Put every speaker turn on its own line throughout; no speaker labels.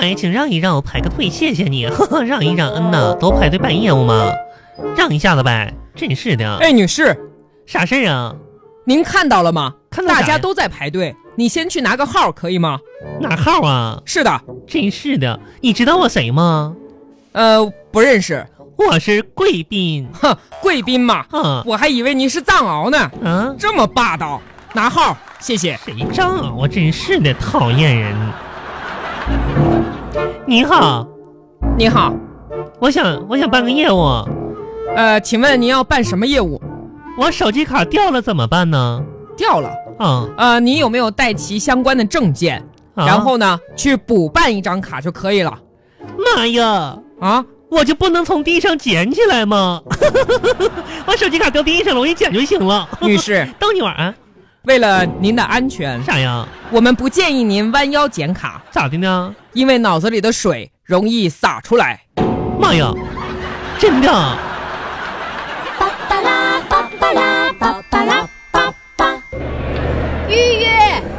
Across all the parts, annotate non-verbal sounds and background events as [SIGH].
哎，请让一让，我排个队，谢谢你。呵呵，让一让，嗯呐，都排队办业务嘛，让一下子呗，真是的。
哎，女士，
啥事儿啊？
您看到了吗？
看到啥
大
呀
家都在排队，你先去拿个号可以吗？
哪号啊？
是的，
真是的，你知道我谁吗？
呃，不认识，
我是贵宾
哼，贵宾嘛，
啊
我还以为您是藏獒呢，
啊！
这么霸道，拿号，谢谢。
谁账啊？我真是的，讨厌人。你好，
您好，
我想我想办个业务，
呃，请问您要办什么业务？
我手机卡掉了怎么办呢？
掉了，
啊，
呃，您有没有带齐相关的证件？
啊
然后呢，去补办一张卡就可以了
妈呀，
啊。
我就不能从地上捡起来吗？ [LAUGHS] 我手机卡掉地上了，我一捡就行了。
女士，
逗你玩儿啊
为了您的安全，
啥呀？
我们不建议您弯腰捡卡，
咋的呢？
因为脑子里的水容易洒出来。
妈呀，真的？
巴巴拉巴巴拉巴巴拉巴巴。玉玉，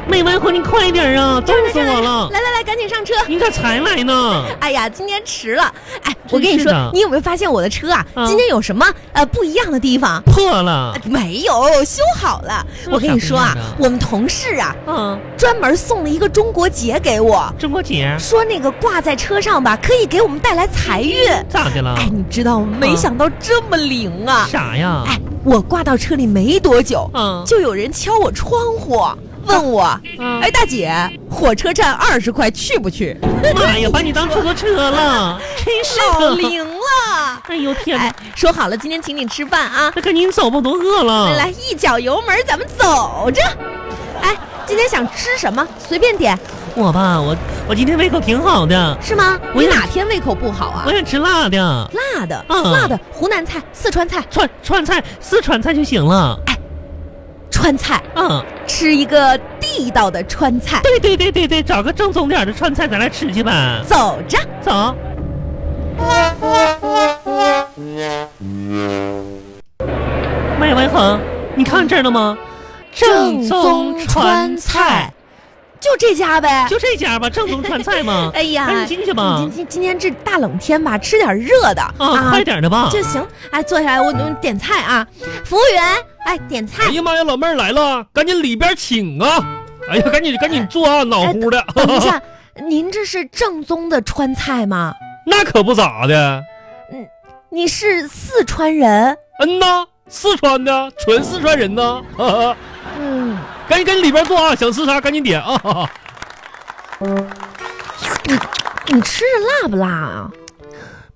没完活，你快点啊！冻死我了！
来来来，赶紧上车。
你咋才来呢？
哎呀，今天迟了。哎，我跟你
真是的
说，你有没有发现我的车啊？
嗯
今天有什么呃不一样的地方？
破了
呃。没有，修好了。
这
我跟你说啊
啥不一样，的
我们同事啊，
嗯，
专门送了一个中国结给我，
中国结
说那个挂在车上吧，可以给我们带来财运。
咋的了？
哎，你知道吗？没
嗯
想到这么灵啊！
啥呀？
哎，我挂到车里没多久，
嗯
就有人敲我窗户，问我：“
嗯
哎，大姐，火车站二十块去
[LAUGHS]
不去
妈呀，把你当出租车了，真？”是
老
的！
灵了！
哎呦 [LAUGHS] 天
哎
哪，，
说好了今天请你吃饭啊，
那赶紧走吧，我都饿了。
来来，一脚油门，咱们走着。哎，今天想吃什么随便点，
我吧，我我今天胃口挺好的，
是吗？
我
你
想
哪天胃口不好啊
我？想吃辣的，
辣的，
嗯
辣的，湖南菜、四川菜、
川川菜、四川菜就行了。
川菜，
嗯，
吃一个地道的川菜，
对对对对对，找个正宗点儿的川菜，咱俩吃去呗。
走着。
走。麦文恒，你看这儿了吗？正宗川菜，，
就这家呗。
就这家吧，正宗川菜 [LAUGHS] 嘛。
[LAUGHS] 哎呀，
赶紧进去吧
今今今天这大冷天吧，吃点热的
啊，快点的吧。
就行。哎，坐下来，我我点菜啊。服务员，哎，点菜
哎。呀妈呀，老妹儿来了，赶紧里边请啊！哎呀，赶紧赶紧坐啊，
哎
脑糊的。
等一下，您这是正宗的川菜吗？
[LAUGHS] 那可不咋的，
你是四川人？
嗯呐，四川的，纯四川人呐。哈哈
嗯，
赶紧赶紧里边坐啊，想吃啥赶紧点啊！哈哈
你吃着辣不辣啊？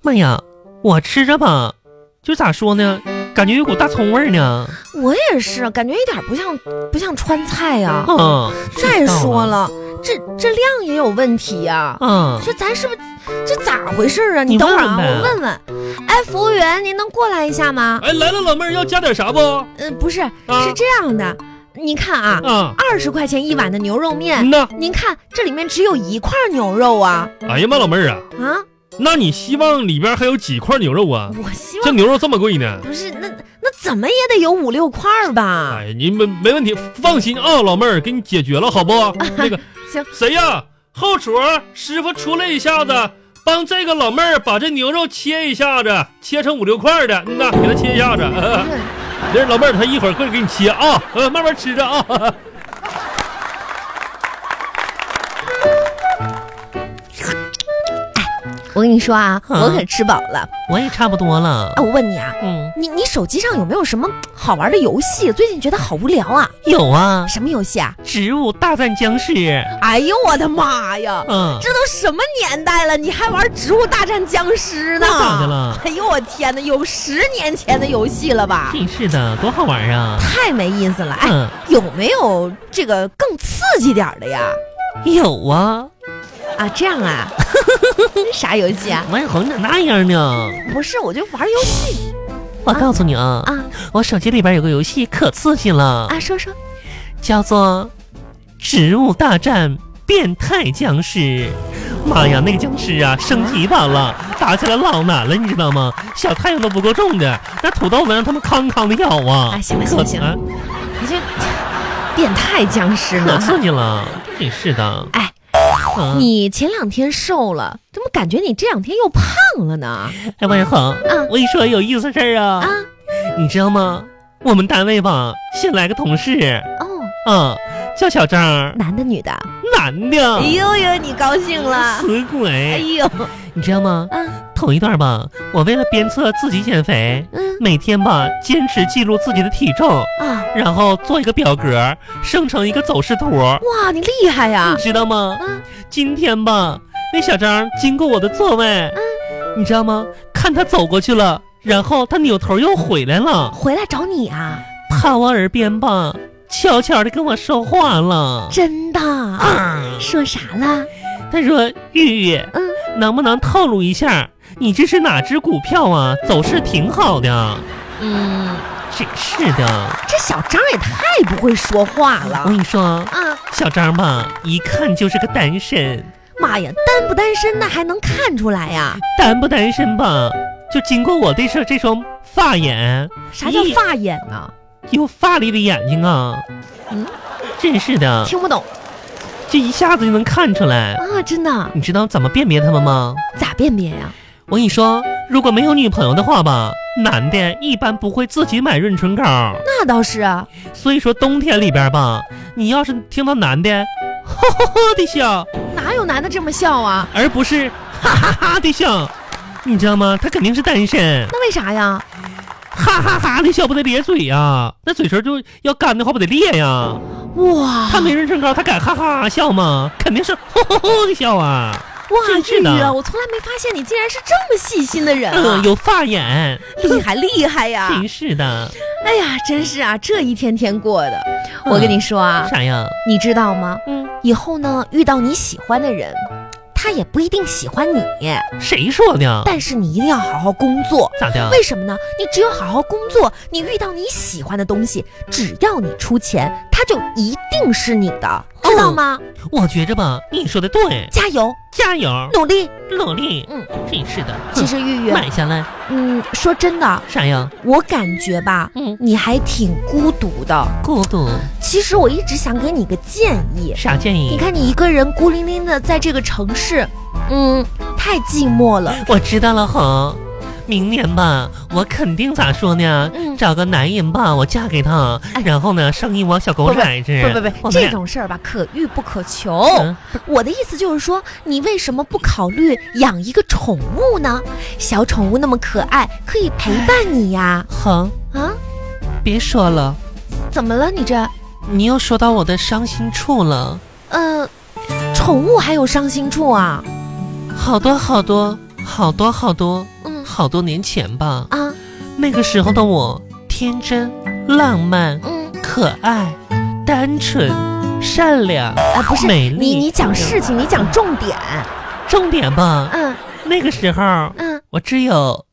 妈呀，我吃着吧，就咋说呢，感觉有股大葱味儿呢。
我也
嗯
是，感觉一点不像不像川菜呀、
啊，
再说
了，
了，这这量也有问题呀、
啊，
这咱是不是这咋回事儿啊？你
你
等会儿啊，
问问呗
我问问。哎，服务员，您能过来一下吗？
哎，来了，老妹儿要加点啥不？
呃，不是，是这样的，你看啊，
嗯
啊，
二十块钱一碗的牛肉面，
嗯呐，
您看这里面只有一块牛肉啊
哎呀妈，老妹儿啊，
啊！
那你希望里边还有几块牛肉啊？
我希
这
望
牛肉这么贵呢？
不是那那怎么也得有五六块儿吧？
哎，你们没问题，放心啊，老妹儿，给你解决了，好不？那个
行，
谁呀？后厨师傅出来一下子，帮这个老妹儿把这牛肉切一下子，切成五六块儿的，嗯呐，给她切一下子。 [LAUGHS]
不是
这是老妹儿，她一会儿过来给你切啊， [LAUGHS] 呃，慢慢吃着啊。 [LAUGHS]
我跟你说啊，
啊
我可吃饱了。
我也差不多了
哎，。我问你啊，
嗯，
你你手机上有没有什么好玩的游戏？最近觉得好无聊啊！
有啊，
什么游戏啊？
植物大战僵尸。
哎呦我的妈呀！
嗯，
这都什么年代了，你还玩《植物大战僵尸》呢？
那咋的了
哎呦我天哪，有十年前的游戏了吧？
真是的，多好玩啊！
太没意思了。哎，
嗯，
有没有这个更刺激点儿的呀？
有啊，
啊，这
[LAUGHS]
样啊？啥游戏啊？
万红咋那样呢？
不是，我就玩游戏
我告诉你啊，
啊
我手机里边有个游戏可刺激了，
啊！说说，
叫做《植物大战变态僵尸》。妈呀，那个僵尸啊，升级版了，打起来老难了，你知道吗？小太阳都不够重的，那土豆呢，让他们康康的咬啊！
哎行了
可
行了行了
啊
你这变态僵尸
可
呢？
刺激了，真是的。
哎，
啊，
你前两天瘦了，怎么感觉你这两天又胖了呢？
哎，王小红，
嗯
我跟你说有意思事儿啊，
啊，
你知道吗？我们单位吧，新来个同事，
哦，
啊，叫小张，
男的女的？
啊男的，
呦呦，你高兴了
死
哎
鬼，
呦，
你知道吗？
啊，
头一段吧，我为了鞭策自己减肥，
嗯
每天吧坚持记录自己的体重，
啊，
然后做一个表格，生成一个走势图，
哇，你厉害呀
你！知道吗？
嗯
今天吧，那小张经过我的座位，你知道吗？看他走过去了，然后他扭头又回来了，
回来找你啊，
趴我耳边吧，悄悄的跟我说话了。
真的？
啊，
说啥了？
他说：“玉玉，
嗯，
能不能透露一下，你这是哪只股票啊？走势挺好的。
嗯，”
真是的，
这小张也太不会说话
我
了
跟你说，
啊！
小张吧，一看就是个单身，
妈呀，单不单身那还能看出来呀？
单不单身吧，就经过我这双这双发眼，
啥叫
咦
发眼呢？
有发力的眼睛啊，
嗯，
真是的，
听不懂
这一下子就能看出来。
啊！真的？
你知道怎么辨别他们吗？
咋辨别呀？
我跟你说，如果没有女朋友的话吧，男的一般不会自己买润唇膏。
那倒是啊，
所以说冬天里边吧，你要是听到男的呵呵呵的笑，
哪有男的这么笑啊？
而不是哈哈哈的笑，你知道吗？他肯定是单身，
那为啥呀？
哈哈哈的笑不得咧嘴呀、那嘴唇就要干的话不得裂呀、
哇，
他没人身高，他敢哈哈哈笑吗？肯定是呵呵呵的笑啊，
哇，
真是
玉
的
玉啊，我从来没发现你竟然是这么细心的人啊
嗯，！有发眼，
厉害厉害呀！
真是的，
哎呀，真是啊，这一天天过的，我
嗯
跟你说啊，
啥呀？
你知道吗？
嗯，
以后呢，遇到你喜欢的人，他也不一定喜欢你，
哦谁说的？
但是你一定要好好工作。
咋的？
为什么呢？你只有好好工作，你遇到你喜欢的东西，只要你出钱，它就一定是你的，
哦
知道吗？
我觉着吧，你说的对，
加油，
加油，
努力！
努力。
嗯，
真是的。
其实
[LAUGHS]
玉玉
哼，买下来
嗯，说真的，
啥呀？
我感觉吧，
嗯
你还挺孤独的。
孤独。
其实我一直想给你个建议，
啥建
你
议？
看你一个人孤零零的在这个城市，嗯，太寂寞了。
[LAUGHS] 我知道了，红。明年吧，我肯定咋说呢？
嗯
找个男人吧，我嫁给他，
哎
然后呢，生一窝小狗崽子。
不不
我
不，
们
这
俩
种事哦儿吧，可遇不可求。
嗯
我的意思就是说，你为什么不考虑养一个宠物呢？小宠物那么可爱，可以陪伴你呀。
红，
啊，
别说了，
怎么了你这？
你又说到我的伤心处了，
呃，宠物还有伤心处啊？
好多好多好多好多
嗯
好多年前吧，
啊
那个时候的我天真、浪漫、
嗯，
可爱、单纯、善良、
啊不是，
美
你
丽。啊
你讲事情，你讲重点。
重点吧，
嗯
那个时候
嗯
我只有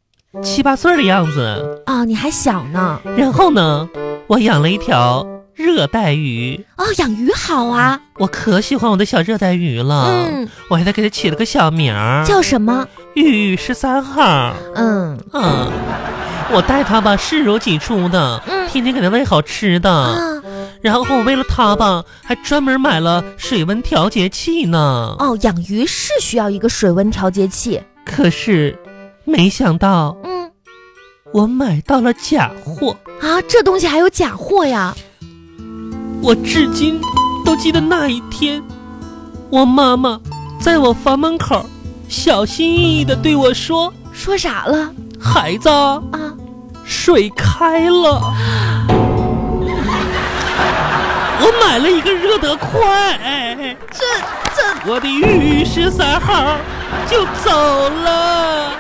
七八岁的样子。
啊，你还小呢。
然后呢，我养了一条热带鱼，
哦，养鱼好啊。
我可喜欢我的小热带鱼了。
嗯，
我还得给它起了个小名儿，
叫什么？
玉玉十三号。
嗯
嗯，我带它吧，视如己出的，
嗯
天天给它喂好吃的。
啊
然后我为了它吧，还专门买了水温调节器呢。
哦，养鱼是需要一个水温调节器。
可是，没想到
嗯
我买到了假货。
啊，这东西还有假货呀。
我至今都记得那一天，我妈妈在我房门口小心翼翼地对我说
说啥了：“
孩子，
啊？
水开了。”我买了一个热得快，
这这
我的玉玉十三号就走了。